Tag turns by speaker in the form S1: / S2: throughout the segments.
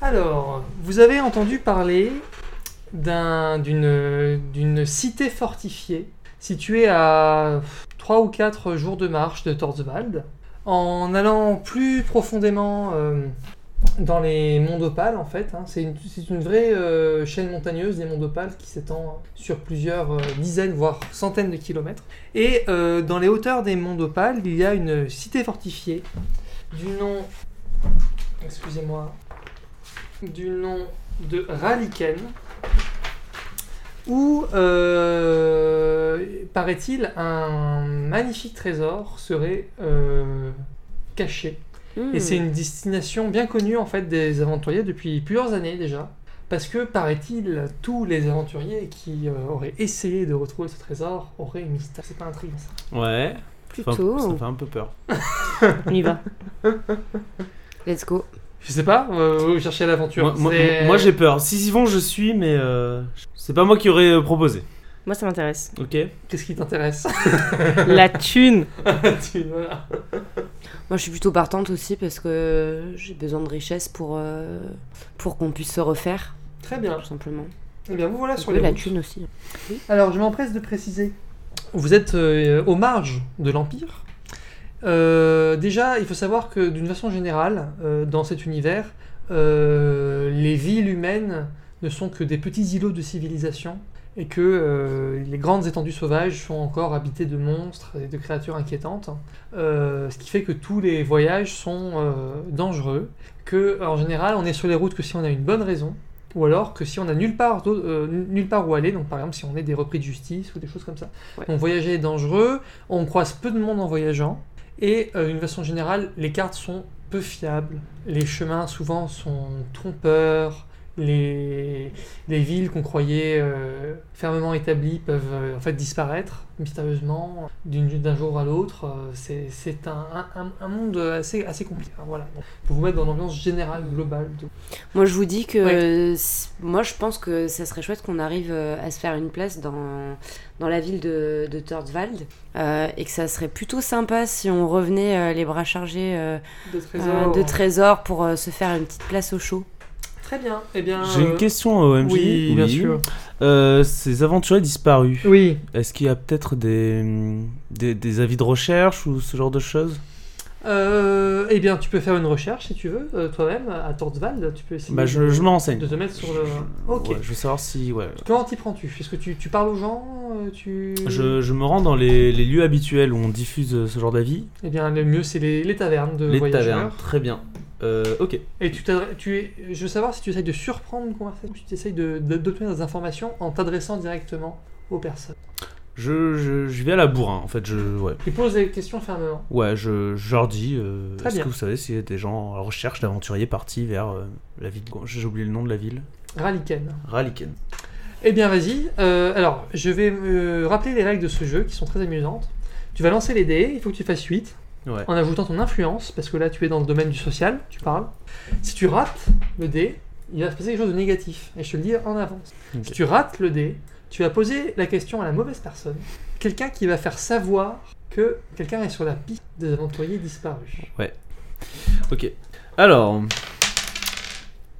S1: Alors, vous avez entendu parler d'un- d'une d'une cité fortifiée située à 3 ou 4 jours de marche de Torswald. En allant plus profondément euh, dans les monts d'Opale, en fait, hein, c'est une, c'est une vraie euh, chaîne montagneuse des monts d'Opale qui s'étend sur plusieurs euh, dizaines, voire centaines de kilomètres. Et euh, dans les hauteurs des monts d'Opale, il y a une cité fortifiée du nom. Excusez-moi du nom de Raliken, où, euh, paraît-il, un magnifique trésor serait euh, caché.
S2: Hmm.
S1: Et c'est une destination bien connue en fait des aventuriers depuis plusieurs années déjà. Parce que, paraît-il, tous les aventuriers qui euh, auraient essayé de retrouver ce trésor auraient une mystère. C'est pas un truc, ça.
S3: Ouais. Ça fait un-
S2: Plutôt,
S3: ça fait un peu peur.
S2: on y va. Let's go.
S1: Je sais pas, euh, vous cherchez l'aventure.
S3: Moi, moi-
S1: C'est-
S3: moi, j'ai peur. S'ils y vont, je suis, mais euh, c'est pas moi qui aurais euh, proposé.
S2: Moi, ça m'intéresse.
S3: Ok.
S1: Qu'est-ce qui t'intéresse
S2: La thune
S1: Tu- voilà.
S2: Moi, je suis plutôt partante aussi parce que j'ai besoin de richesse pour, euh, pour qu'on puisse se refaire,
S1: Très bien.
S2: tout simplement.
S1: Eh bien, vous voilà sur
S2: Et
S1: les
S2: la
S1: routes.
S2: thune aussi.
S1: Alors, je m'empresse de préciser. Vous êtes euh, aux marges de l'Empire. Euh, déjà, il faut savoir que d'une façon générale, euh, dans cet univers, euh, les villes humaines ne sont que des petits îlots de civilisation et que euh, les grandes étendues sauvages sont encore habitées de monstres et de créatures inquiétantes. Euh, ce qui fait que tous les voyages sont euh, dangereux, que en général on est sur les routes que si on a une bonne raison, ou alors que si on a nulle part, d'au- euh, nulle part où aller, donc par exemple si on est des repris de justice ou des choses comme ça.
S2: Ouais.
S1: Donc voyager est dangereux, on croise peu de monde en voyageant, et euh, d'une façon générale les cartes sont peu fiables, les chemins souvent sont trompeurs, les, les villes qu'on croyait euh, fermement établies peuvent euh, en fait disparaître mystérieusement d'une- d'un jour à l'autre. Euh, c'est- C'est un, un- un- un monde assez, assez compliqué. Enfin, voilà. Donc, pour vous mettre dans l'ambiance générale, globale. de-
S2: Moi, je vous dis que. c- Moi, je pense que ça serait chouette qu'on arrive euh, à se faire une place dans, dans la ville de, de Tortwald. euh, et que ça serait plutôt sympa si on revenait euh, les bras chargés euh,
S1: de
S2: euh,
S1: trésors.
S2: de trésors pour euh, se faire une petite place au chaud.
S1: Très bien. Eh bien
S3: J'ai une
S1: euh,
S3: question au MJ.
S1: Oui, bien sûr.
S3: Euh, ces aventuriers disparus,
S1: Oui.
S3: est-ce qu'il y a peut-être des, hum, des, des avis de recherche ou ce genre de choses
S1: Euh, eh bien, tu peux faire une recherche si tu veux, euh, toi-même, à Tortsvald. Tu peux essayer
S3: Bah, je,
S1: de,
S3: je me renseigne.
S1: de te mettre sur le.
S3: Je- je-
S1: Ok.
S3: ouais, je veux savoir si. Ouais.
S1: Comment t'y prends-tu Est-ce que tu, tu parles aux gens euh, tu...
S3: Je, je me rends dans les, les lieux habituels où on diffuse euh, ce genre d'avis.
S1: Eh bien, le mieux, c'est les, les tavernes de
S3: Les
S1: voyageurs.
S3: tavernes, très bien. Euh, ok.
S1: Et tu t'adre- tu es- je veux savoir si tu essayes de surprendre une conversation, si tu essayes de- de- d'obtenir des informations en t'adressant directement aux personnes.
S3: Je, je, je vais à la bourrin, en fait. Je, ouais.
S1: Tu poses des questions fermement.
S3: Ouais, je, je leur dis. euh,
S1: Très
S3: Est-ce
S1: bien.
S3: que vous savez s'il y a des gens à la recherche d'aventuriers partis vers euh, la ville de Gon- J'ai oublié le nom de la ville.
S1: Raliken.
S3: Raliken.
S1: Eh bien, vas-y. Euh, alors, je vais me euh, rappeler les règles de ce jeu qui sont très amusantes. Tu vas lancer les dés, il faut que tu fasses 8,
S3: Ouais.
S1: en ajoutant ton influence, parce que là, tu es dans le domaine du social, tu parles. Si tu rates le dé, il va se passer quelque chose de négatif, et je te le dis en avance.
S3: Ok.
S1: Si tu rates le dé, tu vas poser la question à la mauvaise personne. Quelqu'un qui va faire savoir que quelqu'un est sur la piste des aventuriers disparus.
S3: Ok. Alors.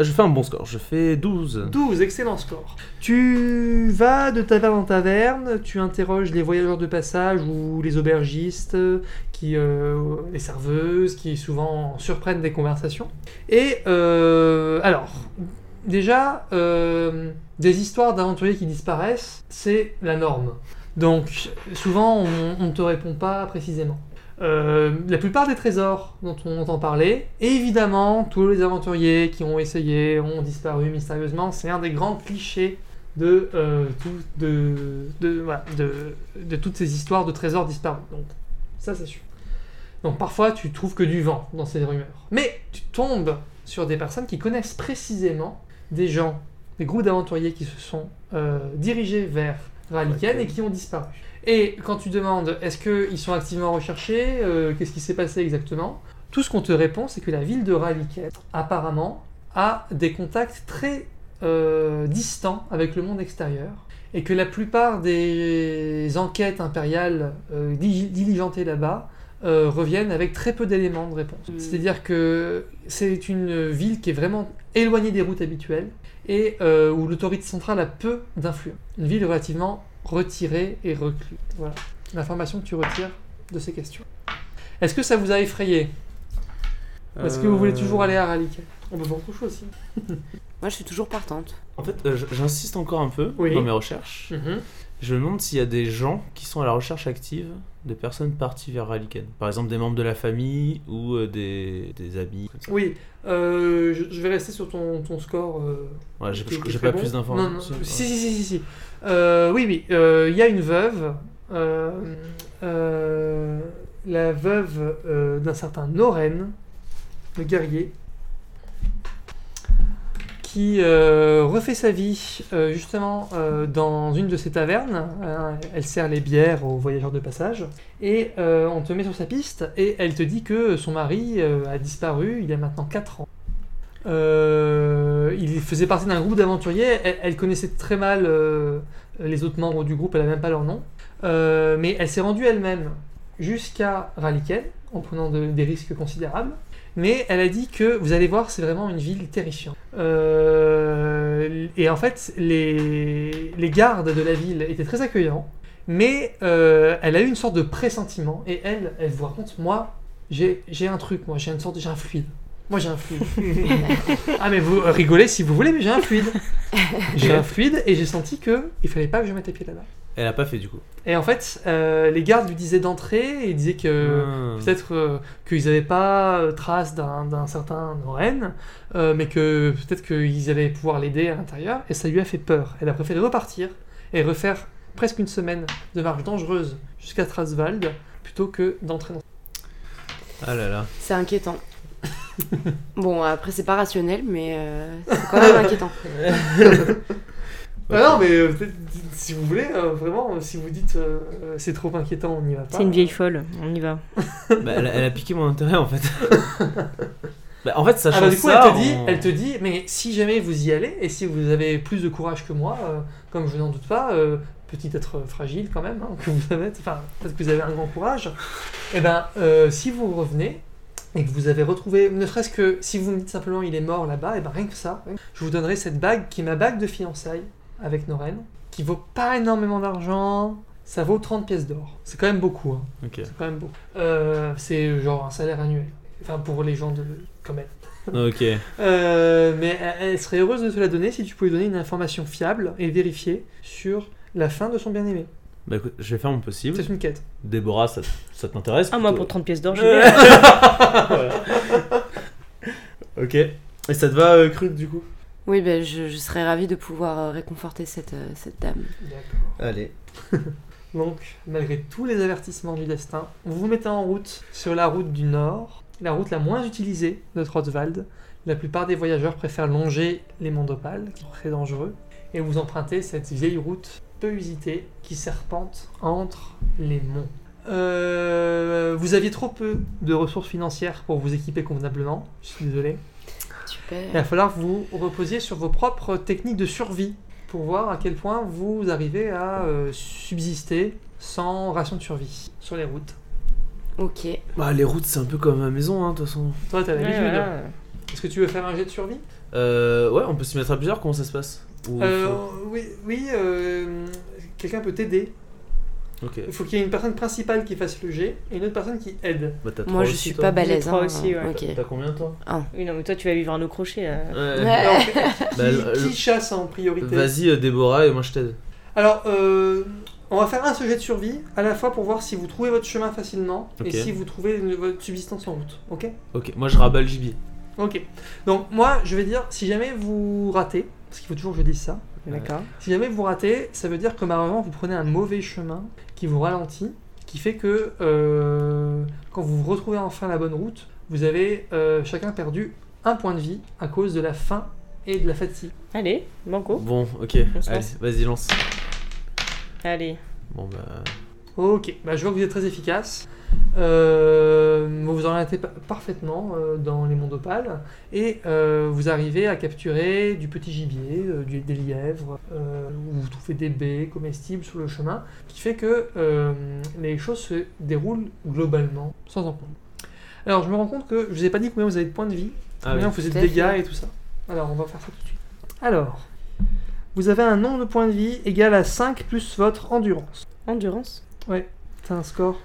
S3: Je fais un bon score. Je fais 12.
S1: 12, excellent score. Tu vas de taverne en taverne, tu interroges les voyageurs de passage ou les aubergistes, qui, euh, les serveuses, qui souvent surprennent des conversations. Et euh, alors, déjà, euh, des histoires d'aventuriers qui disparaissent, c'est la norme. Donc, souvent, on- on ne te répond pas précisément. Euh, la plupart des trésors dont on entend parler, et évidemment, tous les aventuriers qui ont essayé ont disparu mystérieusement. C'est un des grands clichés de, euh, tout- de, de- voilà, de- de toutes ces histoires de trésors disparus. Donc, ça, c'est sûr. Donc, parfois, tu trouves que du vent dans ces rumeurs. Mais tu tombes sur des personnes qui connaissent précisément des gens, des groupes d'aventuriers qui se sont euh, dirigés vers Raliken et qui ont disparu. Et quand tu demandes est-ce qu'ils sont activement recherchés, euh, qu'est-ce qui s'est passé exactement, tout ce qu'on te répond, c'est que la ville de Raliket, apparemment, a des contacts très euh, distants avec le monde extérieur, et que la plupart des enquêtes impériales euh, digi- diligentées là-bas euh, reviennent avec très peu d'éléments de réponse.
S2: Mm.
S1: C'est-à-dire que c'est une ville qui est vraiment éloignée des routes habituelles et euh, où l'autorité centrale a peu d'influence. Une ville relativement retirée et reclue. Voilà l'information que tu retires de ces questions. Est-ce que ça vous a effrayé Est-ce que vous voulez toujours aller à Ralik Euh. On peut faire autre chose aussi.
S2: Moi, je suis toujours partante.
S3: En fait, euh, j- j'insiste encore un peu
S1: Oui.
S3: dans mes recherches.
S1: Mm-hmm.
S3: Je me demande s'il y a des gens qui sont à la recherche active de personnes parties vers Raliken. Par exemple, des membres de la famille ou euh, des, des amis. comme ça.
S1: Oui, euh, je, je vais rester sur ton, ton score. euh,
S3: Ouais, j'ai
S1: qui- qui est
S3: j'ai
S1: très
S3: pas
S1: bon.
S3: plus hein,
S1: Non, non,
S3: d'informations.
S1: Si, si, si, si. si. Euh, oui, oui, euh, il y a une veuve. euh, euh, la veuve euh, d'un certain Noren, le guerrier, qui euh, refait sa vie euh, justement euh, dans une de ses tavernes. hein, elle sert les bières aux voyageurs de passage. Et euh, on te met sur sa piste et elle te dit que son mari euh, a disparu il y a maintenant 4 ans. Euh, il faisait partie d'un groupe d'aventuriers. Elle, elle connaissait très mal euh, les autres membres du groupe, elle n'a même pas leur nom. Euh, mais elle s'est rendue elle-même jusqu'à Raliken en prenant de- des risques considérables. Mais elle a dit que, vous allez voir, c'est vraiment une ville terrifiante. Euh, et en fait, les, les gardes de la ville étaient très accueillants. Mais euh, elle a eu une sorte de pressentiment. Et elle, elle vous raconte, moi, j'ai j'ai un truc, moi, j'ai une sorte de... J'ai un fluide. Moi, j'ai un fluide. Ah mais vous rigolez si vous voulez, mais j'ai un fluide. j'ai un fluide et j'ai senti que il fallait pas que je mette les pieds là-bas.
S3: Elle a pas fait du coup.
S1: Et en fait, euh, les gardes lui disaient d'entrer et disaient que
S3: Ah.
S1: peut-être euh, qu'ils n'avaient pas euh, trace d'un d'un certain Noren, euh, mais que peut-être qu'ils allaient pouvoir l'aider à l'intérieur. Et ça lui a fait peur. Elle a préféré repartir et refaire presque une semaine de marche dangereuse jusqu'à Trasvald plutôt que d'entrer dans...
S3: Ah là là.
S2: C'est inquiétant. bon, après, c'est pas rationnel, mais euh, c'est quand même inquiétant.
S1: Ah non, mais euh, peut-être, si vous voulez, euh, vraiment, si vous dites euh, euh, c'est trop inquiétant, on n'y va pas.
S4: C'est une vieille folle, on y va.
S3: Bah, elle, a- elle a piqué mon intérêt en fait. Bah, en fait, sachant
S1: Ah bah du coup,
S3: ça,
S1: elle, te dit,
S3: on-
S1: elle te dit, mais si jamais vous y allez, et si vous avez plus de courage que moi, euh, comme je n'en doute pas, euh, petit être fragile quand même, hein, que vous avez, enfin, peut-être que vous avez un grand courage, et ben, euh, si vous revenez, et que vous avez retrouvé, ne serait-ce que si vous me dites simplement il est mort là-bas, et ben rien que ça, je vous donnerai cette bague qui est ma bague de fiançailles avec Noren, qui vaut pas énormément d'argent, ça vaut 30 pièces d'or. C'est quand même beaucoup, hein.
S3: Ok.
S1: c'est quand même beaucoup. Euh, c'est genre un salaire annuel, enfin pour les gens de, comme elle.
S3: Ok.
S1: Euh, mais elle- elle serait heureuse de te la donner si tu pouvais lui donner une information fiable et vérifiée sur la fin de son bien-aimé.
S3: Bah écoute, je vais faire mon possible.
S1: C'est une quête.
S3: Déborah, ça, ça t'intéresse
S4: Ah, moi,
S3: plutôt
S4: pour 30 pièces d'or, je
S1: Euh.
S4: vais.
S3: Voilà. ok. Et ça te va, euh, Crude, du coup
S2: Oui, ben, je, je serais ravie de pouvoir euh, réconforter cette, euh, cette dame.
S3: Allez.
S1: Donc, malgré tous les avertissements du destin, vous vous mettez en route sur la route du Nord, la route la moins utilisée de Trotswald. La plupart des voyageurs préfèrent longer les monts d'Opale, qui sont très dangereux, et vous empruntez cette vieille route peu usitée qui serpente entre les monts. Euh, vous aviez trop peu de ressources financières pour vous équiper convenablement, je suis désolé. Il
S4: Bah,
S2: Super.
S1: va falloir que vous reposiez sur vos propres techniques de survie pour voir à quel point vous arrivez à euh, subsister sans ration de survie sur les routes.
S2: Ok.
S3: Bah, les routes, c'est un peu comme à la maison, hein, de toute façon.
S1: Toi, t'as l'habitude.
S4: Ouais, voilà.
S1: Est-ce que tu veux faire un jet de survie
S3: Euh, ouais, on peut s'y mettre à plusieurs, comment ça se passe Ou
S1: Euh, Oui, oui euh, quelqu'un peut t'aider.
S3: faut- Ok.
S1: Il faut qu'il y ait une personne principale qui fasse le jet et une autre personne qui aide.
S3: Bah, t'as
S2: Moi,
S3: trois
S2: je
S3: aussi,
S2: suis
S3: toi
S2: pas balèze.
S4: trois
S2: hein.
S4: aussi, ouais.
S3: T'as-
S2: Ok.
S3: T'as combien, toi
S4: Oui, non, mais toi, tu vas vivre un nos crochets. euh.
S3: Ouais.
S1: Alors,
S2: Ouais.
S1: qui,
S3: Bah, le-
S1: qui chasse en priorité
S3: Vas-y, euh, Déborah, et moi, je t'aide.
S1: Alors, euh, on va faire un sujet de survie à la fois pour voir si vous trouvez votre chemin facilement
S3: Ok.
S1: et si vous trouvez une- votre subsistance en route. Ok
S3: Ok, moi, je rabats le gibier.
S1: Ok. Donc moi, je vais dire, si jamais vous ratez, parce qu'il faut toujours que je dise ça,
S4: D'accord.
S1: si jamais vous ratez, ça veut dire que malheureusement vous prenez un mauvais chemin qui vous ralentit, qui fait que euh, quand vous vous retrouvez enfin la bonne route, vous avez euh, chacun perdu un point de vie à cause de la faim et de la fatigue.
S4: Allez, banco.
S3: Bon, ok.
S4: On se
S3: Allez,
S4: lance.
S3: vas-y, lance.
S4: Allez.
S3: Bon, bah.
S1: Ok, bah, je vois que vous êtes très efficace. Euh, vous orientez pa- parfaitement euh, dans les monts d'Opale et euh, vous arrivez à capturer du petit gibier, euh, du- des lièvres, euh, où vous trouvez des baies comestibles sur le chemin, qui fait que euh, les choses se déroulent globalement sans encombre. Alors je me rends compte que je vous ai pas dit combien vous avez de points de vie,
S3: Ah oui.
S1: combien vous faisiez de
S2: Tout à fait.
S1: dégâts et tout ça. Alors on va faire ça tout de suite. Alors, vous avez un nombre de points de vie égal à 5 plus votre endurance.
S4: Endurance.
S1: T'as un score,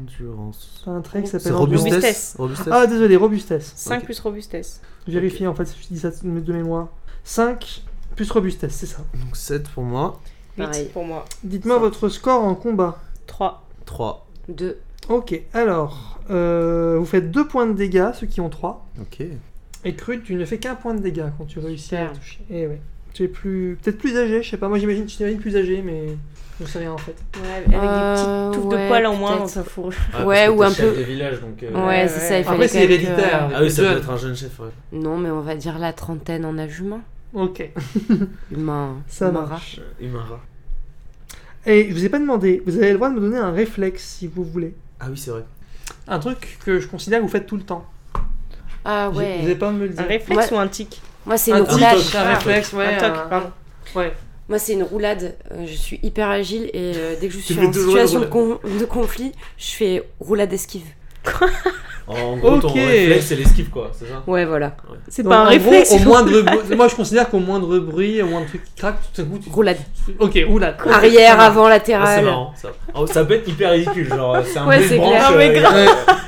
S3: Endurance.
S1: t'as un trait qui
S3: C'est
S1: s'appelle endurance.
S3: robustesse. Robustesse.
S1: Ah désolé, robustesse.
S4: 5
S3: Ok.
S4: plus robustesse.
S1: Vérifier en fait, je dis ça de mémoire. 5 plus robustesse, c'est ça.
S3: Ah, Donc 7 pour moi,
S4: 8
S2: Pareil.
S4: pour moi.
S1: Dites-moi
S4: Ça.
S1: votre score en combat.
S4: 3.
S3: 3.
S2: Deux.
S1: Ok, alors, euh, vous faites 2 points de dégâts, ceux qui ont 3.
S3: Ok.
S1: Et Crud, tu ne fais qu'un point de dégâts quand tu réussis à
S2: Super.
S1: toucher. Et ouais. Tu es plus... peut-être plus âgé, je sais pas. Moi j'imagine que tu es plus âgé, mais je sais rien en fait.
S4: Ouais, avec des
S2: Euh,
S4: petites touffes
S2: ouais,
S4: de poils en moins dans
S2: peut-être.
S4: ta fourrure.
S2: Ouais, ou un peu-
S3: Des villages, donc, euh,
S2: Ouais,
S4: Ouais,
S2: c'est
S4: ouais.
S2: ça, il fallait
S1: Après, c'est
S2: quand même que-
S1: héréditaire.
S3: Ah oui, ça
S1: Déjà-
S3: peut être un jeune chef, ouais.
S2: Non, mais on va dire la trentaine en âge humain.
S1: Ok,
S2: Humain.
S1: ça
S2: humain
S3: Ah.
S1: marche.
S3: Humain rat.
S1: Et je vous ai pas demandé, vous avez le droit de me donner un réflexe si vous voulez.
S3: Ah oui, c'est vrai.
S1: Un truc que je considère que vous faites tout le temps.
S2: rare. Ah
S1: J'ai-
S2: ouais.
S1: Vous avez pas à me le
S4: Un
S1: dire.
S4: réflexe ou un tic
S2: Moi, c'est
S1: Un
S2: une
S1: toc,
S2: roulade.
S4: Ah,
S1: Un réflexe, ouais.
S4: Un toc,
S1: un-
S4: pardon.
S1: Ouais.
S2: Moi, c'est une roulade. Euh, Je suis hyper agile et euh, dès que je suis
S3: fais
S2: en
S3: toujours une
S2: situation de, con- de conflit, je fais roulade esquive.
S3: En gros, ton
S1: Ok.
S3: réflexe, c'est l'esquive, quoi, c'est ça
S2: Ouais, voilà.
S4: C'est
S1: Donc,
S4: pas un
S1: en
S4: réflexe.
S1: gros, au moindre bruit- moi je considère qu'au moindre bruit, au moindre truc qui craque, tout à coup tu.
S2: Roulade.
S1: Ok, oula.
S2: Arrière, avant,
S3: Ah, c'est
S2: latérale.
S3: marrant, ça. Oh, ça peut être hyper ridicule, genre, euh, c'est un
S2: Ouais,
S3: bout de
S2: c'est
S3: branche,
S2: clair.
S4: Ah, mais
S3: euh,
S4: grave.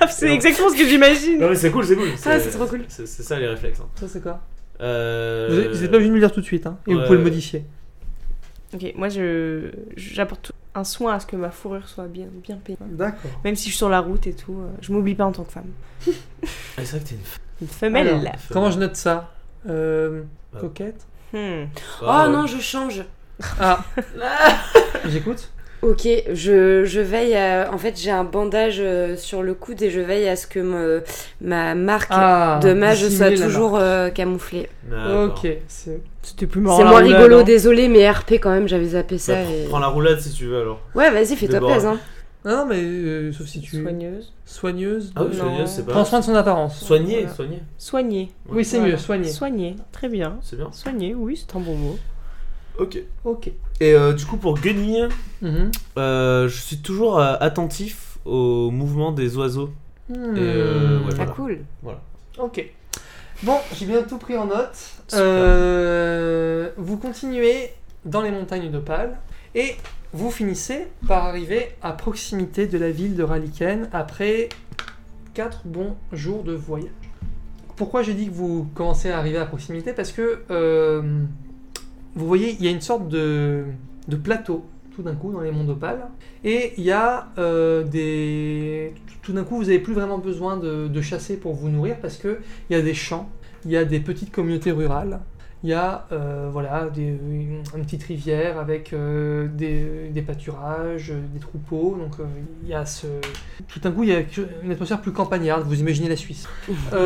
S3: euh,
S4: C'est exactement ce que j'imagine.
S3: Non, mais c'est cool, c'est cool.
S2: Ah, c'est trop cool.
S3: C'est c'est ça les réflexes. hein.
S1: Ça c'est quoi
S3: Euh,
S1: Vous êtes vous êtes pas obligé de me le dire tout de suite, hein, et vous
S3: Ouais.
S1: pouvez le modifier.
S4: Ok, moi je j'apporte un soin à ce que ma fourrure soit bien bien payée.
S1: D'accord.
S4: Même si je suis sur la route et tout, euh, je m'oublie pas en tant que femme.
S3: Ah, c'est vrai que t'es une femme.
S4: Une femelle.
S1: Alors. Comment je note ça Euh,
S3: Ouais.
S1: Coquette
S4: Hmm.
S3: Ah,
S2: Oh non, je change.
S1: Ah J'écoute
S2: Ok, je, je veille à... En fait, j'ai un bandage euh, sur le coude et je veille à ce que me- ma marque
S1: Ah
S2: de mage
S1: dissimuler
S2: soit
S1: la
S2: toujours euh, camouflée.
S3: D'accord.
S1: marque. Ok, c'est.
S4: C'était plus marrant.
S2: C'est
S4: la
S2: moins
S4: roulade,
S2: rigolo,
S4: hein.
S2: désolé, mais RP quand même, j'avais zappé
S3: Bah,
S2: ça. et-
S3: Prends la roulade si tu veux alors.
S2: Ouais, vas-y, fais-toi
S3: Déborah.
S2: plaisir. Hein.
S1: Non, non, mais euh, sauf si tu.
S4: Soigneuse.
S1: Soigneuse. euh,
S3: Ah oui,
S4: Non.
S3: soigneuse, c'est pas.
S1: Prends soin de son apparence.
S3: Soigner,
S4: Voilà.
S3: soigner.
S4: Soignée.
S1: Oui, c'est
S4: Voilà.
S1: mieux, soigner.
S4: Soignée. Très bien.
S3: C'est bien.
S4: Soignée, oui, c'est un bon mot.
S3: Ok.
S1: Ok.
S3: Et euh, du coup, pour guenille,
S1: Mhm.
S3: euh, je suis toujours euh, attentif au mouvement des oiseaux.
S1: Hmm.
S3: euh, ouais,
S2: Ah
S3: voilà.
S2: cool.
S1: Ok. Bon, j'ai bien tout pris en note.
S3: Super.
S1: Euh, vous continuez dans les montagnes d'Opale et vous finissez par arriver à proximité de la ville de Raliken après 4 bons jours de voyage. Pourquoi j'ai dit que vous commencez à arriver à proximité Parce que euh, vous voyez, il y a une sorte de, de plateau tout d'un coup dans les monts d'Opale et il y a euh, des. Tout d'un coup, vous n'avez plus vraiment besoin de, de chasser pour vous nourrir parce que il y a des champs, il y a des petites communautés rurales, il y a euh, voilà des, une, une petite rivière avec euh, des, des pâturages, euh, des troupeaux. Donc euh, il y a ce tout d'un coup il y a une atmosphère plus campagnarde. Vous imaginez la Suisse.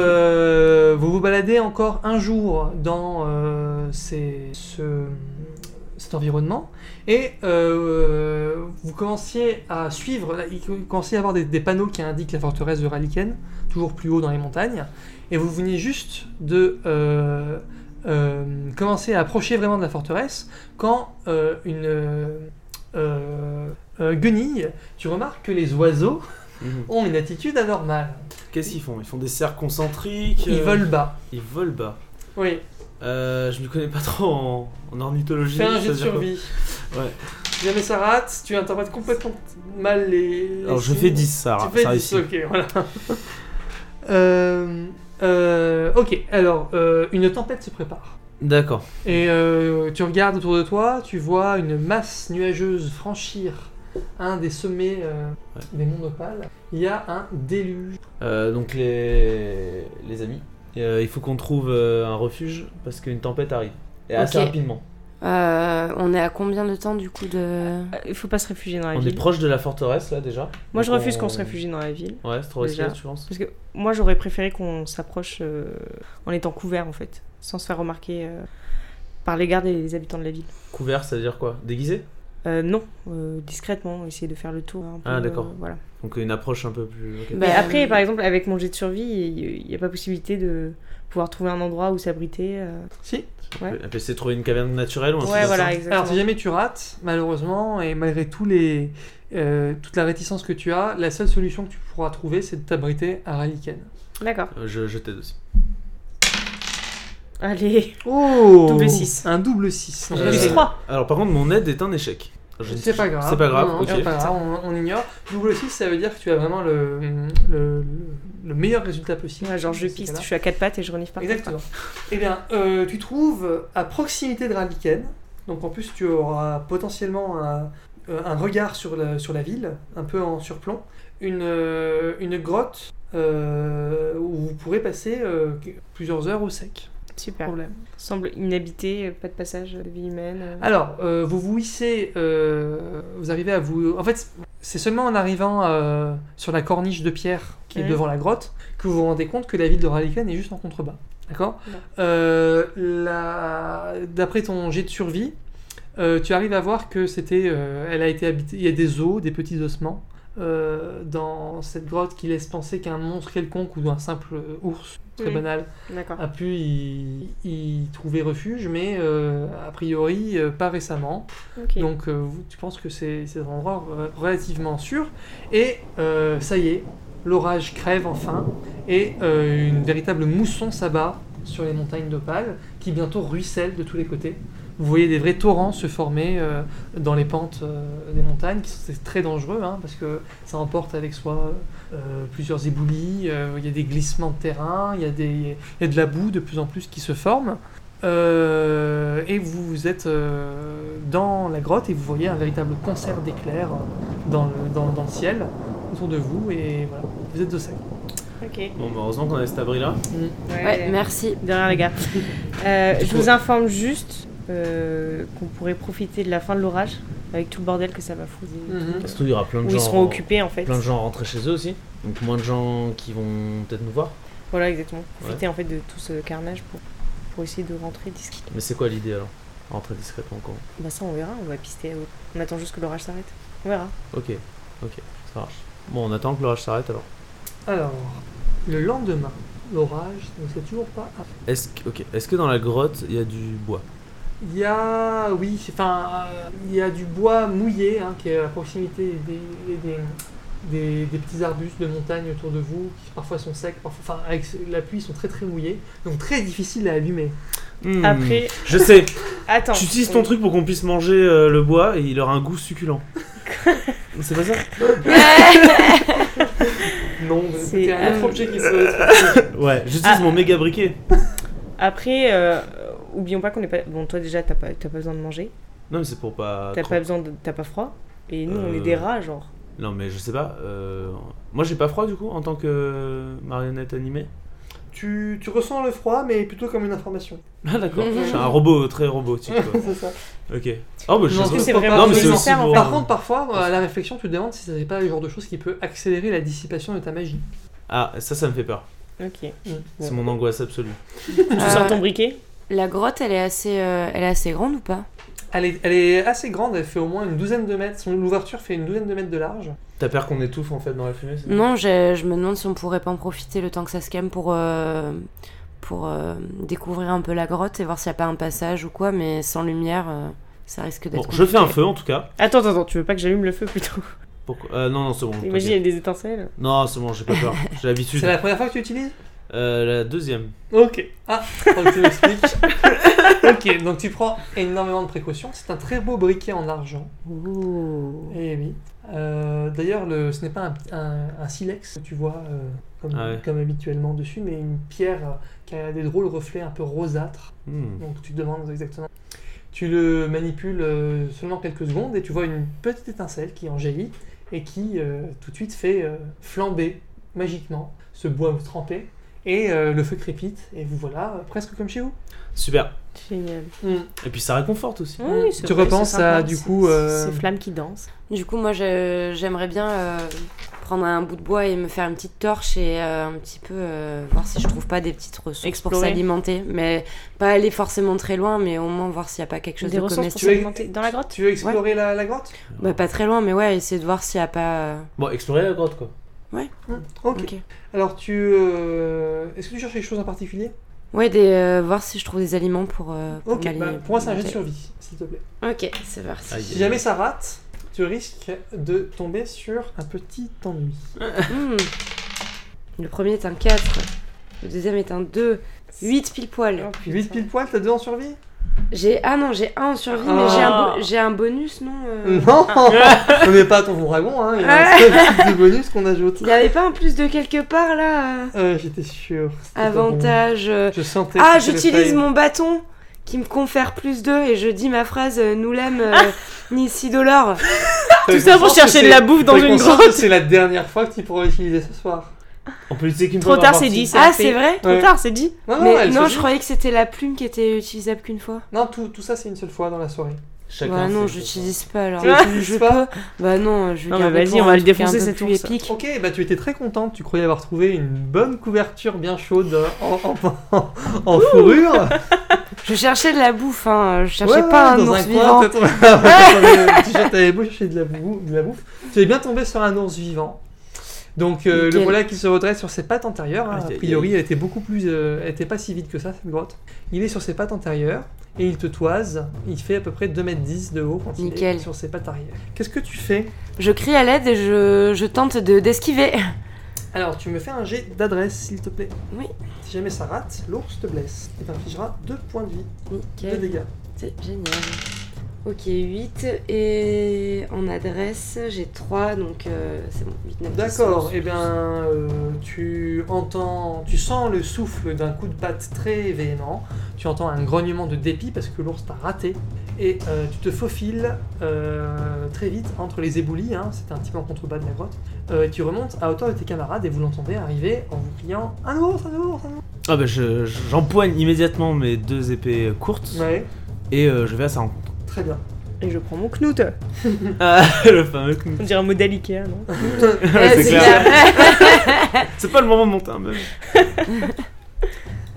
S1: Euh, vous vous baladez encore un jour dans euh, ces- ce- cet environnement et euh, vous commenciez à suivre, là, il commençait à y avoir des, des panneaux qui indiquent la forteresse de Raliken, toujours plus haut dans les montagnes, et vous veniez juste de euh, euh, commencer à approcher vraiment de la forteresse quand euh, une euh, euh, euh, guenille, tu remarques que les oiseaux
S3: Mhm.
S1: ont une attitude anormale.
S3: Qu'est-ce qu'ils font Ils font des cercles concentriques.
S1: Ils
S3: euh,
S1: volent bas.
S3: Ils volent bas.
S1: Oui,
S3: Euh, je me connais pas trop en, en ornithologie.
S1: fais un jet de
S3: ça veut dire quoi
S1: survie.
S3: Ouais.
S1: Si jamais ça rate, tu interprètes complètement mal les. les
S3: Alors je
S1: signes.
S3: fais 10, ça,
S1: Tu fais
S3: Ah, ça
S1: 10,
S3: réussit.
S1: ok, voilà. Euh, euh, ok, alors, euh, une tempête se prépare.
S3: D'accord.
S1: Et euh, tu regardes autour de toi, tu vois une masse nuageuse franchir un des sommets euh,
S3: Ouais.
S1: des monts d'Opale. Il y a un déluge.
S3: Euh, donc les, les amis, euh, il faut qu'on trouve euh, un refuge parce qu'une tempête arrive. Et assez
S2: Ok.
S3: rapidement.
S2: Euh, on est à combien de temps du coup de...
S4: Euh, Il faut pas se réfugier dans la
S3: On est
S4: ville.
S3: proche de la forteresse là déjà.
S4: Moi je
S3: Donc,
S4: refuse
S3: on-
S4: qu'on se réfugie dans la ville.
S3: Ouais, c'est trop
S4: Déjà.
S3: risqué, tu penses
S4: Parce que moi j'aurais préféré qu'on s'approche euh, en étant couvert en fait, sans se faire remarquer euh, par les gardes et les habitants de la ville.
S3: Couvert, ça veut dire quoi Déguisé
S4: Euh, non, euh, discrètement, essayer de faire le tour. un peu,
S3: Ah, d'accord.
S4: euh, voilà.
S3: Donc une approche un peu plus. ok.
S4: Mais
S2: Bah,
S4: après,
S2: euh,
S4: par exemple, avec mon jet de survie, il n'y a pas possibilité de pouvoir trouver un endroit où s'abriter. euh.
S1: Si.
S4: ouais.
S3: On peut essayer de trouver une caverne naturelle ou un truc
S4: Ouais,
S3: comme
S4: voilà,
S3: ça.
S4: exactement.
S1: Alors, si jamais tu rates, malheureusement, et malgré tous les, euh, toute la réticence que tu as, la seule solution que tu pourras trouver, c'est de t'abriter à Raliken.
S4: D'accord.
S3: Euh, Je, je t'aide aussi.
S4: Allez.
S1: Oh
S4: Double six.
S1: Un double 6.
S3: Euh,
S4: Plus 3.
S3: Alors par contre, mon aide est un échec. Je ne-
S1: C'est pas grave.
S3: C'est pas grave,
S1: Non, non,
S3: ok.
S1: c'est pas grave, on, on ignore. Double 6, ça veut dire que tu as vraiment le, le, le meilleur résultat possible.
S4: genre, je
S1: dans ces
S4: piste,
S1: cas-là.
S4: je suis à quatre pattes et je renifle par
S1: Exactement. Eh bien, euh, tu trouves à proximité de Raliken, donc en plus tu auras potentiellement un, euh, un regard sur la, sur la ville, un peu en surplomb, une, euh, une grotte euh, où vous pourrez passer euh, plusieurs heures au sec.
S4: Super.
S1: Problème.
S4: Semble inhabité, euh, pas de passage de vie humaine. euh.
S1: Alors, euh, vous vous hissez, euh, vous arrivez à vous... En fait, c'est seulement en arrivant euh, sur la corniche de pierre qui est
S4: Mhm.
S1: devant la grotte que vous vous rendez compte que la ville de Raliken est juste en contrebas. D'accord
S4: Ouais.
S1: Euh, la- D'après ton jet de survie, euh, tu arrives à voir que c'était... euh, elle a été habitée... Il y a des os, des petits ossements euh, dans cette grotte qui laisse penser qu'un monstre quelconque ou un simple ours, très
S4: Mhm.
S1: banal,
S4: D'accord.
S1: a pu y, y trouver refuge, mais euh, a priori euh, pas récemment.
S4: Ok.
S1: Donc euh, vous- tu penses que c'est c'est un endroit euh, relativement sûr. Et euh, ça y est, l'orage crève enfin, et euh, une véritable mousson s'abat sur les montagnes d'Opale, qui bientôt ruissellent de tous les côtés. Vous voyez des vrais torrents se former euh, dans les pentes euh, des montagnes, qui sont c'est très dangereux, hein, parce que ça emporte avec soi euh, plusieurs éboulis, euh, il y a des glissements de terrain, il y, a des, il y a de la boue de plus en plus qui se forme. Euh, et vous êtes euh, dans la grotte et vous voyez un véritable concert d'éclairs dans le, dans, dans le ciel autour de vous et voilà, vous êtes de sec.
S4: Ok.
S3: Bon, bah, heureusement qu'on a cet abri là.
S2: Ouais, merci.
S4: Derrière les gars. Euh, je vous informe juste euh, qu'on pourrait profiter de la fin de l'orage avec tout le bordel que ça va foutre.
S3: Parce qu'il y aura plein de
S4: Où
S3: gens.
S4: ils seront occupés en fait.
S3: Plein de gens rentrés chez eux aussi. Donc moins de gens qui vont peut-être nous voir.
S4: Voilà, exactement. Profiter en fait de tout ce carnage pour, pour essayer de rentrer discrètement.
S3: Mais c'est quoi l'idée alors Rentrer discrètement quand
S4: Bah ça, on verra, on va pister. euh, On attend juste que l'orage s'arrête. On verra.
S3: Ok, ok, ça marche. Bon, on attend que l'orage s'arrête alors.
S1: Alors, le lendemain, l'orage ne s'est toujours pas arrêté.
S3: Est-ce que, ok, est-ce que dans la grotte il y a du bois
S1: Il y a, oui, c'est- enfin, euh, il y a du bois mouillé hein, qui est à proximité des, des, des- des petits arbustes de montagne autour de vous, qui parfois sont secs, parfois, enfin, avec la pluie, ils sont très très mouillés, donc très difficile à allumer.
S3: Hmm,
S4: Après,
S3: Je sais,
S4: attends.
S3: tu utilises ton truc pour qu'on puisse manger euh, le bois et il aura un goût succulent. c'est pas ça
S1: Non,
S4: C'est-
S1: c'était un autre
S4: euh,
S1: objet qui se.
S3: Ouais, j'utilise
S4: Ah.
S3: mon méga briquet.
S4: Après, euh, euh, oublions pas qu'on est pas. Bon, toi déjà, t'as pas, t'as pas besoin de manger.
S3: Non, mais c'est pour pas.
S4: T'as
S3: cramper.
S4: pas besoin de. T'as pas froid. Et nous, on est
S3: Euh.
S4: des rats, genre.
S3: Non, mais je sais pas. euh, Moi, j'ai pas froid du coup en tant que marionnette animée.
S1: Tu, tu ressens le froid, mais plutôt comme une information.
S3: Ah, d'accord. je suis un robot, euh, très robotique. Quoi.
S1: C'est ça.
S3: ok. Oh, bah, je
S1: Non,
S3: sais
S1: c'est
S3: pas.
S1: pas-
S4: vraiment
S1: non, mais c'est
S4: nécessaire,
S3: aussi
S4: en
S3: pour-
S4: fait.
S1: Par contre, parfois, à la réflexion, tu te demandes si ça n'est pas le genre de chose qui peut accélérer la dissipation de ta magie.
S3: Ah, ça, ça me fait peur.
S4: Ok. Euh,
S3: C'est mon angoisse absolue.
S4: Tu sors ton briquet
S2: La grotte, elle est assez, euh, elle est assez grande ou pas
S1: Elle est, elle est assez grande, elle fait au moins une douzaine de mètres. Son ouverture fait une douzaine de mètres de large.
S3: T'as peur qu'on étouffe en fait dans la fumée
S4: Mm.
S3: c'est-
S2: Non, je, je me demande si on pourrait pas en profiter le temps que ça se calme pour, euh, pour euh, découvrir un peu la grotte et voir s'il n'y a pas un passage ou quoi, mais sans lumière, euh, ça risque
S3: Bon,
S2: d'être.
S3: je fais un
S2: compliqué.
S3: feu en tout cas.
S4: Attends, attends, attends, tu veux pas que j'allume le feu plutôt
S3: Pourquoi euh, Non, non, c'est bon.
S4: Imagine, il y
S3: t'inquiète.
S4: a des étincelles.
S3: Non, c'est bon, j'ai pas peur. J'ai l'habitude.
S1: C'est la première fois que tu utilises
S3: Euh, la deuxième.
S1: Ok. Ah, faut que tu m'expliques. ok, donc tu prends énormément de précautions. C'est un très beau briquet en argent.
S2: Ouh.
S1: Eh oui. Euh, D'ailleurs, le- ce n'est pas un, un- un silex que tu vois euh, comme,
S3: Ah ouais.
S1: comme habituellement dessus, mais une pierre euh, qui a des drôles reflets un peu rosâtres.
S3: Hmm.
S1: Donc tu te demandes exactement. Tu le manipules euh, seulement quelques secondes et tu vois une petite étincelle qui en jaillit et qui euh, tout de suite fait euh, flamber magiquement ce bois trempé et euh, le feu crépite et vous voilà euh, presque comme chez vous.
S3: Super.
S4: Génial.
S3: Et puis ça réconforte aussi.
S1: Oui, c'est Tu vrai, repenses c'est sympa, à, du c'est- coup, euh,
S4: Ces flammes qui dansent.
S2: Du coup, moi, je- j'aimerais bien euh, prendre un bout de bois et me faire une petite torche et euh, un petit peu euh, voir si je trouve pas des petites ressources pour
S4: Explorer.
S2: s'alimenter. Mais pas aller forcément très loin, mais au moins voir s'il n'y a pas quelque chose
S4: Des
S2: de
S4: ressources pour
S1: Tu veux-
S2: comestible.
S4: s'alimenter dans la grotte
S1: Tu veux explorer la, la grotte
S2: Bah, pas très loin, mais ouais, essayer de voir s'il n'y a pas. euh,
S3: Bon, explorer la grotte quoi.
S1: Hmm, ok.
S2: ok.
S1: Alors tu... euh, Est-ce que tu cherches quelque chose en particulier
S2: Ouais, des, euh, voir si je trouve des aliments pour. euh, pour
S1: Ok,
S2: m'alim-
S1: bah, pour moi c'est un jet de
S2: m'alimenter.
S1: survie, s'il te plaît.
S2: Ok, c'est parti.
S3: Aïe,
S1: Si
S3: aïe,
S1: jamais
S3: aïe.
S1: ça rate, tu risques de tomber sur un petit ennui.
S2: Hmm. Le premier est un 4, le deuxième est un 2, 8 pile poil.
S4: Oh, putain.
S1: 8 pile poil, t'as 2 en survie
S2: J'ai ah non, j'ai un en survie, mais
S1: Ah.
S2: j'ai un, bo- j'ai un bonus, non euh,
S1: Non On n'est pas à ton dragon, hein, il y a un seul petit bonus qu'on ajoute.
S2: Il n'y avait pas en plus de quelque part là euh,
S1: Euh, J'étais sûr. c'était pas bon.
S2: Avantage. euh,
S1: Je sentais.
S2: Ah,
S1: que c'était le
S2: j'utilise
S1: fail.
S2: mon bâton qui me confère plus 2 et je dis ma phrase euh, nous l'aime
S1: Ah.
S2: euh, ni 6 dollars.
S4: Tout ça
S1: Conscience
S4: pour
S1: que
S4: chercher de
S1: c'est-
S4: la bouffe dans
S1: t'as
S4: une
S1: conscience
S4: grotte.
S1: que C'est la dernière fois que tu pourras l'utiliser ce soir.
S3: On peut l'utiliser qu'une
S4: Trop
S3: fois
S4: tard,
S3: par
S4: c'est
S3: partie.
S4: dit.
S2: Ah, c'est vrai
S4: Trop
S1: Ouais.
S4: tard, c'est dit.
S1: Non, non,
S2: Mais
S1: Ah, elle se
S2: non,
S1: joue.
S2: je croyais que c'était la plume qui était utilisable qu'une fois.
S1: Non, tout, tout ça c'est une seule fois dans la soirée.
S3: Chacun
S2: bah non,
S3: ses-
S2: j'utilise pas alors.
S1: Tu l'utilises
S2: je
S1: pas
S2: peux. Bah non, je vais
S4: Non, mais
S2: garder
S4: vas-y,
S2: pour
S4: on va
S2: un
S4: le
S2: truc un
S4: défoncer,
S2: peu
S4: cet
S2: plus
S4: ours.
S2: épique.
S1: Ok, bah tu étais très contente, tu croyais avoir trouvé une bonne couverture bien chaude euh, en, en- en- en fourrure.
S2: Je cherchais de la bouffe, hein. je
S1: Ouais,
S2: cherchais
S1: ouais,
S2: pas un
S1: dans
S2: ours
S1: coin,
S2: vivant.
S1: t'as trouvé- t'avais- tu cherchais- t'avais beau chercher de la, bou- de la bouffe. Tu es bien tombé sur un ours vivant. Donc euh, le
S2: Nickel.
S1: voilà qui se redresse sur ses pattes antérieures. hein.
S3: Ah, Aïe,
S1: A
S3: aïe,
S1: priori,
S3: aïe.
S1: elle était beaucoup plus, euh, elle était pas si vite que ça cette grotte. Il est sur ses pattes antérieures et il te toise. Il fait à peu près 2m10 de haut quand il
S2: Nickel.
S1: est sur ses pattes arrière. Qu'est-ce que tu fais
S2: Je crie à l'aide et je, je tente de- d'esquiver.
S1: Alors, tu me fais un jet d'adresse, s'il te plaît.
S2: Oui.
S1: Si jamais ça rate, l'ours te blesse et t'infligera 2 points de vie, de
S2: Nickel,
S1: dégâts.
S2: c'est génial. Ok, 8 et en adresse, j'ai 3, donc euh, c'est bon, 8, 9,
S1: D'accord, et bien euh, tu entends, tu sens le souffle d'un coup de patte très véhément, tu entends un grognement de dépit parce que l'ours t'a raté, et euh, tu te faufiles euh, très vite entre les éboulis, hein, c'était un petit peu en contrebas de la grotte, euh, et tu remontes à hauteur de tes camarades et vous l'entendez arriver en vous criant Un ours, un ours, un ours
S3: Ah bah je- j'empoigne immédiatement mes deux épées courtes
S1: Ouais,
S3: et euh, je vais à sa rencontre.
S1: très bien.
S4: Et je prends mon knout.
S3: Ah, le fameux clou.
S4: On dirait un modèle Ikea, non
S2: Eh,
S3: c'est clair. C'est pas le moment de monter un meuble.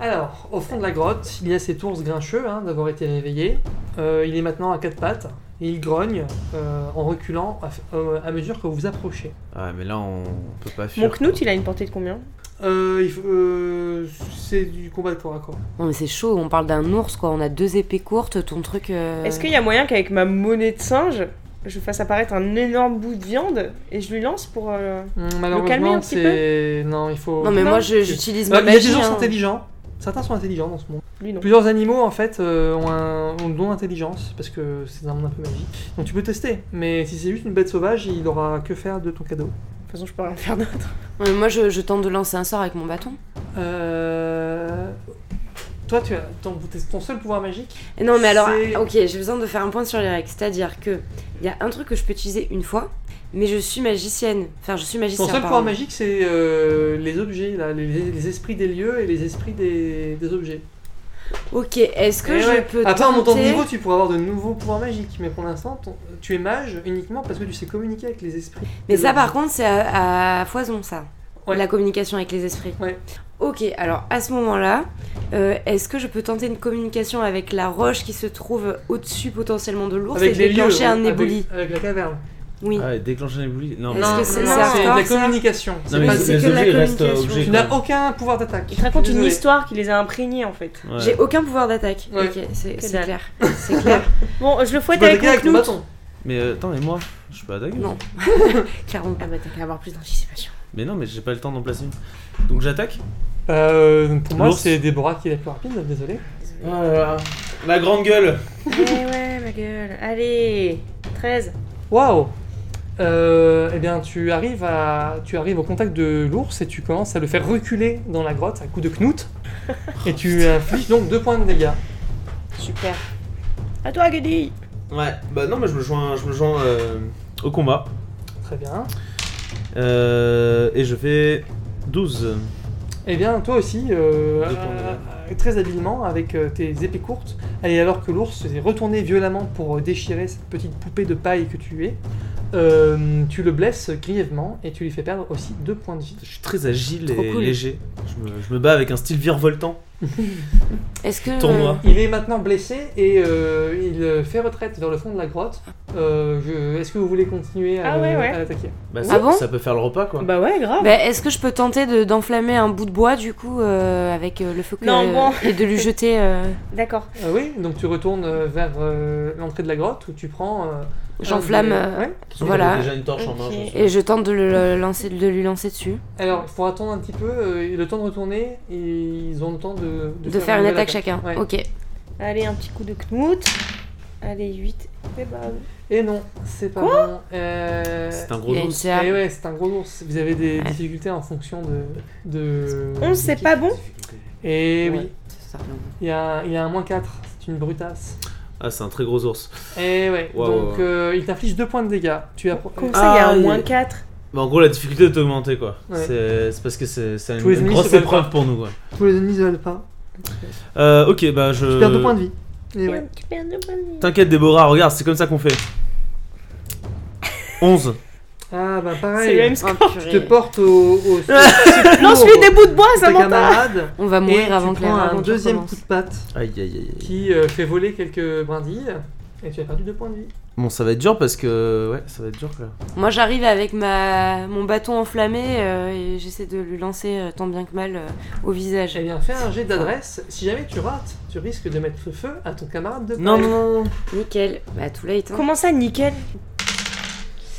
S1: Alors, au fond de la grotte, il y a cet ours grincheux hein, d'avoir été réveillé. Euh, il est maintenant à quatre pattes et il grogne euh, en reculant à, f- euh, à mesure que vous vous approchez.
S3: Ah mais là on peut pas fuir.
S4: Mon knout, il a une portée de combien
S1: Euh, il faut- euh, c'est du combat de corps à corps.
S2: Non mais c'est chaud, on parle d'un ours quoi, on a deux épées courtes, ton truc... euh,
S4: Est-ce qu'il y a moyen qu'avec ma monnaie de singe, je fasse apparaître un énorme bout de viande et je lui lance pour. euh,
S1: Hum,
S4: calmer un
S1: Malheureusement,
S4: petit peu
S1: c'est. Non, il faut.
S2: Non mais
S1: Ouais,
S2: moi je- j'utilise
S1: mais
S2: ma
S1: il y a des
S2: magie.
S1: ours
S2: hein.
S1: intelligents. Certains sont intelligents dans ce monde.
S4: Lui, non.
S1: Plusieurs animaux en fait euh, ont, un, ont le don d'intelligence parce que c'est un monde un peu magique. Donc tu peux tester, mais si c'est juste une bête sauvage, il aura que faire de ton cadeau.
S4: De toute façon, je peux rien faire d'autre.
S2: Ouais, mais moi je, je tente de lancer un sort avec mon bâton.
S1: Euh... Toi, tu as ton, ton seul pouvoir magique
S2: Et non mais alors,
S1: C'est-
S2: ok, j'ai besoin de faire un point sur les règles, c'est-à-dire que il y a un truc que je peux utiliser une fois, mais je suis magicienne. Enfin je suis magicienne.
S1: Ton seul pouvoir magique, c'est euh, les objets, là, les, les esprits des lieux et les esprits des, des objets.
S2: Ok, est-ce que
S1: Et
S2: je
S1: Eh ouais.
S2: peux
S1: Après, en montant de
S2: tenter-
S1: niveau, tu pourras avoir de nouveaux pouvoirs magiques, mais pour l'instant, ton- tu es mage uniquement parce que tu sais communiquer avec les esprits.
S2: Mais ça,
S1: Ouais.
S2: par contre, c'est à, à foison, ça.
S1: Ouais.
S2: La communication avec les esprits.
S1: Ouais.
S2: Ok, alors à ce moment-là, euh, est-ce que je peux tenter une communication avec la roche qui se trouve au-dessus potentiellement de l'ours et
S1: avec les lieux,
S2: déclencher un
S1: avec-
S2: éboulis
S1: Avec, la caverne.
S2: Oui.
S3: Ah, et déclencher les boulis. Non,
S2: Est-ce
S1: Non,
S2: que
S1: non,
S2: c'est
S1: non,
S2: ça
S1: c'est de
S2: encore,
S1: la
S2: ça
S1: communication.
S3: Non,
S1: C'est
S3: mais
S1: pas-
S2: c'est
S3: les
S2: que de la
S3: objets restent euh,
S2: communication.
S3: objets.
S1: Tu
S3: quoi.
S1: n'as aucun pouvoir d'attaque.
S4: Il te raconte une
S1: Désolé.
S4: histoire qui les a imprégnés en fait.
S3: Ouais.
S2: J'ai aucun pouvoir d'attaque.
S1: Ouais.
S2: Ok, c'est
S4: Que
S2: c'est
S4: dalle.
S2: clair. C'est clair.
S4: Bon, je le
S1: Tu
S4: fouette
S1: peux
S4: avec
S1: attaquer
S4: mon
S1: avec ton
S4: knout.
S1: bâton.
S3: Mais euh, attends, mais moi, je suis pas attaqué.
S2: non. Clairement pas.
S4: bah t'as qu'à avoir plus d'anticipation.
S3: Mais non, mais j'ai pas le temps d'en placer une. Donc j'attaque.
S1: Euh, pour moi,
S3: L'ours.
S1: c'est Déborah qui est la plus rapide, désolé.
S3: Ah là là. La grande gueule.
S4: Eh ouais, ma gueule. Allez, 13.
S1: Waouh Euh, Eh bien, tu arrives, à, tu arrives au contact de l'ours et tu commences à le faire reculer dans la grotte à coups de knout. Et tu infliges donc deux points de dégâts.
S4: Super. À toi, Guedi.
S3: Ouais. Bah non, mais je me joins, je me joins euh, au combat.
S1: Très bien.
S3: Euh, et je fais 12.
S1: Eh bien, toi aussi, euh,
S3: Deux points de dégâts.
S1: euh, très habilement, avec euh, tes épées courtes, et alors que l'ours s'est retourné violemment pour euh, déchirer cette petite poupée de paille que tu es, Euh, tu le blesses grièvement et tu lui fais perdre aussi deux points de vie.
S3: Je suis très agile
S2: Trop
S3: et
S2: cool.
S3: léger. Je me, je me bats avec un style virevoltant.
S2: Est-ce que.
S3: Tournoi.
S1: Il est maintenant blessé et euh, il euh, fait retraite vers le fond de la grotte. Euh, je- Est-ce que vous voulez continuer à
S4: Ah
S1: le-
S4: ouais, ouais.
S1: à l'attaquer
S3: Bah,
S2: Ah
S3: ça,
S2: bon
S3: ça peut faire le repas quoi.
S4: Bah ouais, grave.
S2: Bah, est-ce que je peux tenter de- d'enflammer un bout de bois du coup euh, avec euh, le feu que-
S4: Non, bon.
S2: et de lui jeter euh,
S4: D'accord.
S1: Euh, Oui, donc tu retournes euh, vers euh, l'entrée de la grotte où tu prends. euh, un
S2: J'enflamme,
S1: des-
S2: euh,
S1: Ouais.
S3: Parce qu'on
S2: voilà.
S3: avait déjà une torche en main.
S4: Ok.
S3: je pense.
S2: et je tente de, le- le lancer, de lui lancer dessus
S1: Alors, il faut attendre un petit peu. euh, le temps de retourner, ils ont le temps de,
S2: de, faire une
S1: nouvelle
S2: attaque chacun.
S1: Ouais.
S2: Ok.
S4: Allez, un petit coup de knout. Allez, 8. Et bah,
S1: Et non, c'est pas bon. Euh,
S3: C'est un gros
S2: Il y a une
S3: dos.
S2: serre.
S1: eh ouais, c'est un gros ours. Vous avez des
S2: Ouais.
S1: difficultés en fonction de. de
S4: On sait pas bon
S1: Et
S2: Ouais.
S1: Eh oui,
S2: Ça, ça revient.
S1: il y a, il y a un moins 4. C'est une brutasse.
S3: Ah, c'est un très gros ours.
S1: Et Eh ouais,
S3: Wow,
S1: donc
S3: wow.
S1: euh, il t'inflige 2 points de dégâts. Tu euh, appro-
S4: Comme ça, il y a
S3: Ah,
S4: un
S3: il-
S4: moins 4.
S3: Bah, en gros, la difficulté est augmentée quoi.
S1: Ouais.
S3: C'est c'est parce que c'est c'est
S1: Tous
S3: une,
S1: les
S3: une
S1: ennemis se
S3: grosse
S1: valent
S3: épreuve pour nous quoi.
S1: Tous les ennemis ne veulent pas.
S3: Euh, ok, bah je.
S1: Tu perds 2 points de vie. Et Eh ouais.
S4: Tu perds deux points de vie.
S3: T'inquiète, Déborah, regarde, c'est comme ça qu'on fait. 11.
S1: Ah bah
S4: C'est le
S1: pareil.
S4: même score.
S2: Oh,
S1: Tu
S2: purée.
S1: te portes au. au
S4: Lance-lui des bouts de bois,
S1: tes
S4: Samantha
S1: camarades.
S2: On va
S1: Et
S2: mourir avant
S1: tu
S2: que
S1: prends
S2: la
S1: un
S2: l'aventure
S1: deuxième
S2: commence.
S1: coup de patte
S3: Aïe aïe aïe. aïe.
S1: qui euh, fait voler quelques brindilles. Et tu as perdu 2 points de vie.
S3: Bon, ça va être dur parce que. Ouais, ça va être dur quoi.
S2: Moi j'arrive avec ma mon bâton enflammé euh, et j'essaie de lui lancer euh, tant bien que mal euh, au visage.
S1: Eh bien, fais un jet d'adresse. Si jamais tu rates, tu risques de mettre feu à ton camarade de
S3: Non,
S1: paille.
S3: non, non, non.
S2: Nickel. Bah tout late. Hein.
S4: Comment ça, nickel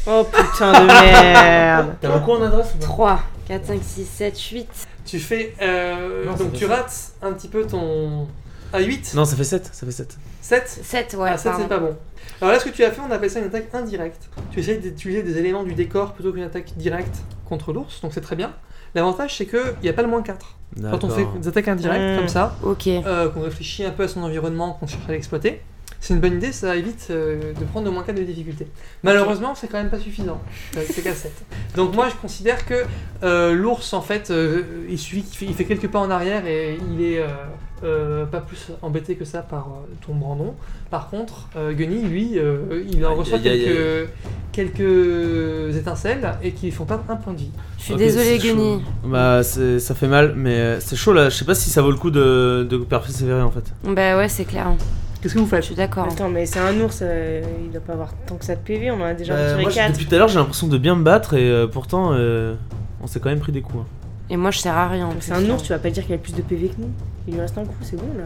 S4: Oh putain de merde
S3: T'as beaucoup en adresse ou
S2: 3, 4, 5, 6, 7, 8.
S1: Tu fais. euh,
S3: Non, ça
S1: donc,
S3: fait
S1: tu
S3: ça.
S1: rates un petit peu ton. À 8
S3: Non, ça fait 7. Ça fait 7.
S1: 7
S2: 7, ouais.
S1: Ah, 7,
S2: pardon.
S1: c'est pas bon. Alors là, ce que tu as fait, on appelle ça une attaque indirecte. Tu essayes d'utiliser des éléments du décor plutôt qu'une attaque directe contre l'ours, donc c'est très bien. L'avantage, c'est qu'il n'y a pas le moins 4. Quand on fait des attaques indirectes
S4: Mm.
S1: comme ça,
S2: Ok.
S1: euh, qu'on réfléchit un peu à son environnement, qu'on cherche à l'exploiter, c'est une bonne idée, ça évite euh, de prendre au moins 4 de difficulté. Malheureusement, c'est quand même pas suffisant, Euh, c'est qu'à 7. Donc moi, je considère que euh, l'ours, en fait, euh, il suffit qu'il fait, il fait quelques pas en arrière et il est euh, euh, pas plus embêté que ça par euh, ton brandon. Par contre, euh, Gunny, lui, euh, il en
S3: Aïe,
S1: reçoit
S3: aïe, aïe,
S1: quelques, quelques étincelles et qui font perdre un point de vie.
S2: Je suis désolée Gunny.
S3: Bah, c'est- ça fait mal, mais euh, c'est chaud là. Je sais pas si ça vaut le coup de, de persévérer en fait.
S2: Bah ouais c'est clair. hein.
S1: Qu'est-ce que vous
S2: Je
S1: faites
S2: suis d'accord. hein.
S4: Attends, mais c'est un ours, euh, il doit pas avoir tant que ça de PV, on en a déjà
S3: Bah,
S4: retiré
S3: moi,
S4: 4.
S3: depuis tout à l'heure, j'ai l'impression de bien me battre et euh, pourtant, euh, on s'est quand même pris des coups. hein.
S2: Et moi je sers à rien. en
S4: C'est
S2: plus,
S4: un
S2: hein.
S4: ours, tu vas pas dire qu'il a plus de PV que nous Il lui reste un coup, c'est bon là.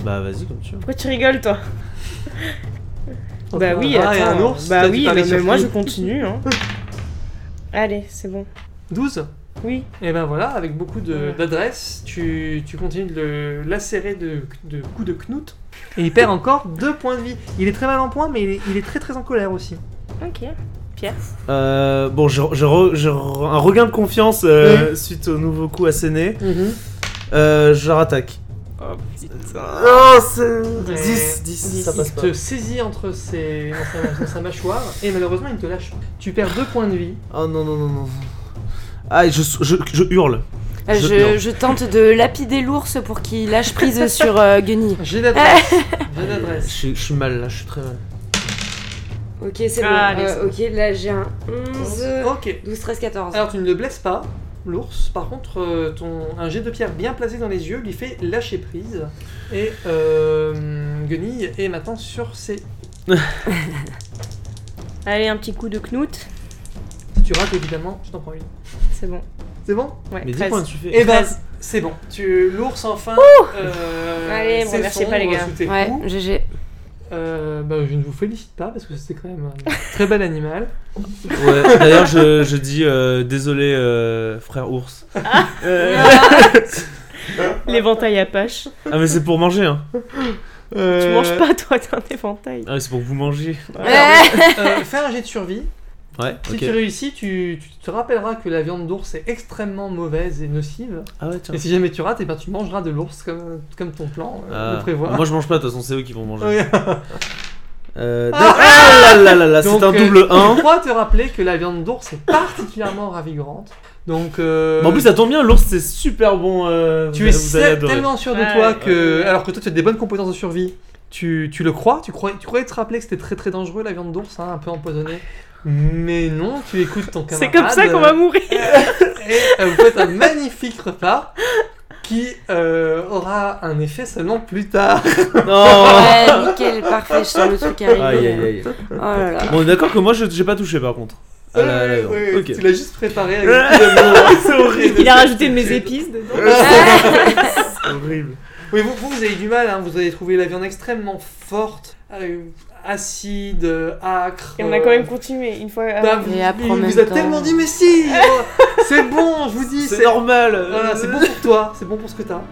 S3: Bah, vas-y, comme tu veux.
S4: Pourquoi tu rigoles toi Bah oui,
S1: Ah, et
S4: attends.
S1: un ours
S4: Bah
S1: t'as dit
S4: oui,
S1: pareil
S4: mais,
S1: sur
S4: mais moi
S1: lui.
S4: je continue. Hein. Allez, c'est bon.
S1: 12
S4: Oui.
S1: Et ben voilà, avec beaucoup de-
S4: Ouais.
S1: d'adresse, tu, tu continues de le lacérer de, de coups de knout. Et il perd encore deux points de vie. Il est très mal en point, mais il est, il est très très en colère aussi.
S4: Ok.
S3: Euh, bon, j'ai j'ai re- j'ai re- un regain de confiance euh, suite au nouveau coup asséné. Euh, je rattaque. Oh c'est.
S1: Ouais.
S3: 10, 10, ça
S1: il
S3: passe pas.
S1: te saisit entre ses, dans sa, dans sa mâchoire et malheureusement il ne te lâche pas. Tu perds deux points de vie.
S3: Oh non, non, non, non. Ah, et je, je, je hurle.
S2: Euh,
S3: Je-
S2: Je,
S3: non.
S2: je tente de lapider l'ours pour qu'il lâche prise sur euh, Gunny.
S1: J'ai d'adresse. J'ai
S3: Je,
S1: d'adresse.
S3: suis- je suis mal là, je suis très mal.
S2: Ok, c'est
S4: Ah,
S2: bon.
S4: allez,
S2: Euh, ok, là j'ai un 11,
S1: Ok.
S2: 12, 13, 14.
S1: Alors tu ne le blesses pas, l'ours. Par contre, euh, ton, un jet de pierre bien placé dans les yeux lui fait lâcher prise. Et euh, Guenille est maintenant sur ses
S4: Allez, un petit coup de knout.
S1: Si tu rates, évidemment, je t'en prends une.
S4: C'est bon.
S1: C'est bon
S4: Ouais,
S3: Mais 10
S4: 13.
S3: points, tu fais.
S1: Eh ben,
S4: Treize.
S1: c'est bon. Tu l'ours enfin. euh,
S4: Allez, me
S1: s'effondre
S4: remerciez pas, les gars.
S1: sous tes
S2: Ouais,
S1: coups.
S2: GG.
S1: Euh, bah, je ne vous félicite pas parce que c'était quand même un très bel animal.
S3: Ouais, d'ailleurs, je, je dis euh, désolé, euh, frère ours. Euh,
S2: Ah.
S4: L'éventail Apache.
S3: ah, mais c'est pour manger, hein.
S4: Tu
S3: Euh,
S4: manges pas toi, t'as un éventail.
S3: Ah, mais c'est pour que vous manger.
S1: Euh, fais un jet de survie.
S3: Ouais,
S1: Si
S3: ok.
S1: tu réussis, tu, tu te rappelleras que la viande d'ours est extrêmement mauvaise et nocive.
S3: Ah, ouais, tiens.
S1: Et si jamais tu rates, eh ben, tu mangeras de l'ours comme, comme ton plan euh,
S3: Ah,
S1: le prévoit.
S3: Moi, je mange pas, de toute façon, c'est eux qui vont manger.
S1: Ouais.
S3: Euh, d'ailleurs- ah là là là là, c'est
S1: Donc,
S3: un
S1: euh,
S3: double 1.
S1: Je crois te rappeler que la viande d'ours est particulièrement ravigorante. Donc, euh,
S3: en plus, ça tombe bien, l'ours c'est super bon. euh,
S1: Tu
S3: vous
S1: es
S3: allez- vous allez adorer.
S1: tellement sûr de
S4: Ouais,
S1: toi
S4: ouais,
S1: que,
S4: ouais.
S1: alors que toi tu as des bonnes compétences de survie, tu, tu le crois, tu croyais, tu croyais te rappeler que c'était très très dangereux la viande d'ours, hein, un peu empoisonnée. Mais non, tu écoutes ton
S4: C'est
S1: camarade.
S4: comme ça qu'on va
S1: euh.
S4: mourir.
S1: Et euh, vous faites un magnifique repas qui euh, aura un effet seulement plus tard.
S3: Non
S2: Ouais, nickel, parfait, je sens le truc arriver.
S3: Aïe aïe aïe.
S2: Oh là là.
S3: Bon, on est d'accord que moi je j'ai pas touché par contre. Ah là là,
S1: Ouais, ouais, ouais,
S3: ok.
S1: Tu l'as juste préparé avec C'est horrible.
S4: Il a rajouté mes épices dedans.
S3: C'est horrible.
S1: Oui, vous, vous, vous avez du mal, hein, vous avez trouvé la viande extrêmement forte, euh, acide, euh, acre.
S4: Et on a quand même continué une fois.
S1: Bah,
S4: avant.
S1: vous,
S2: Euh, Et après, en
S1: il
S2: même
S1: vous a
S2: temps- euh,
S1: tellement dit, mais si oh, C'est bon, je vous dis,
S3: C'est normal.
S1: Voilà, c'est bon pour toi, c'est bon pour ce que t'as.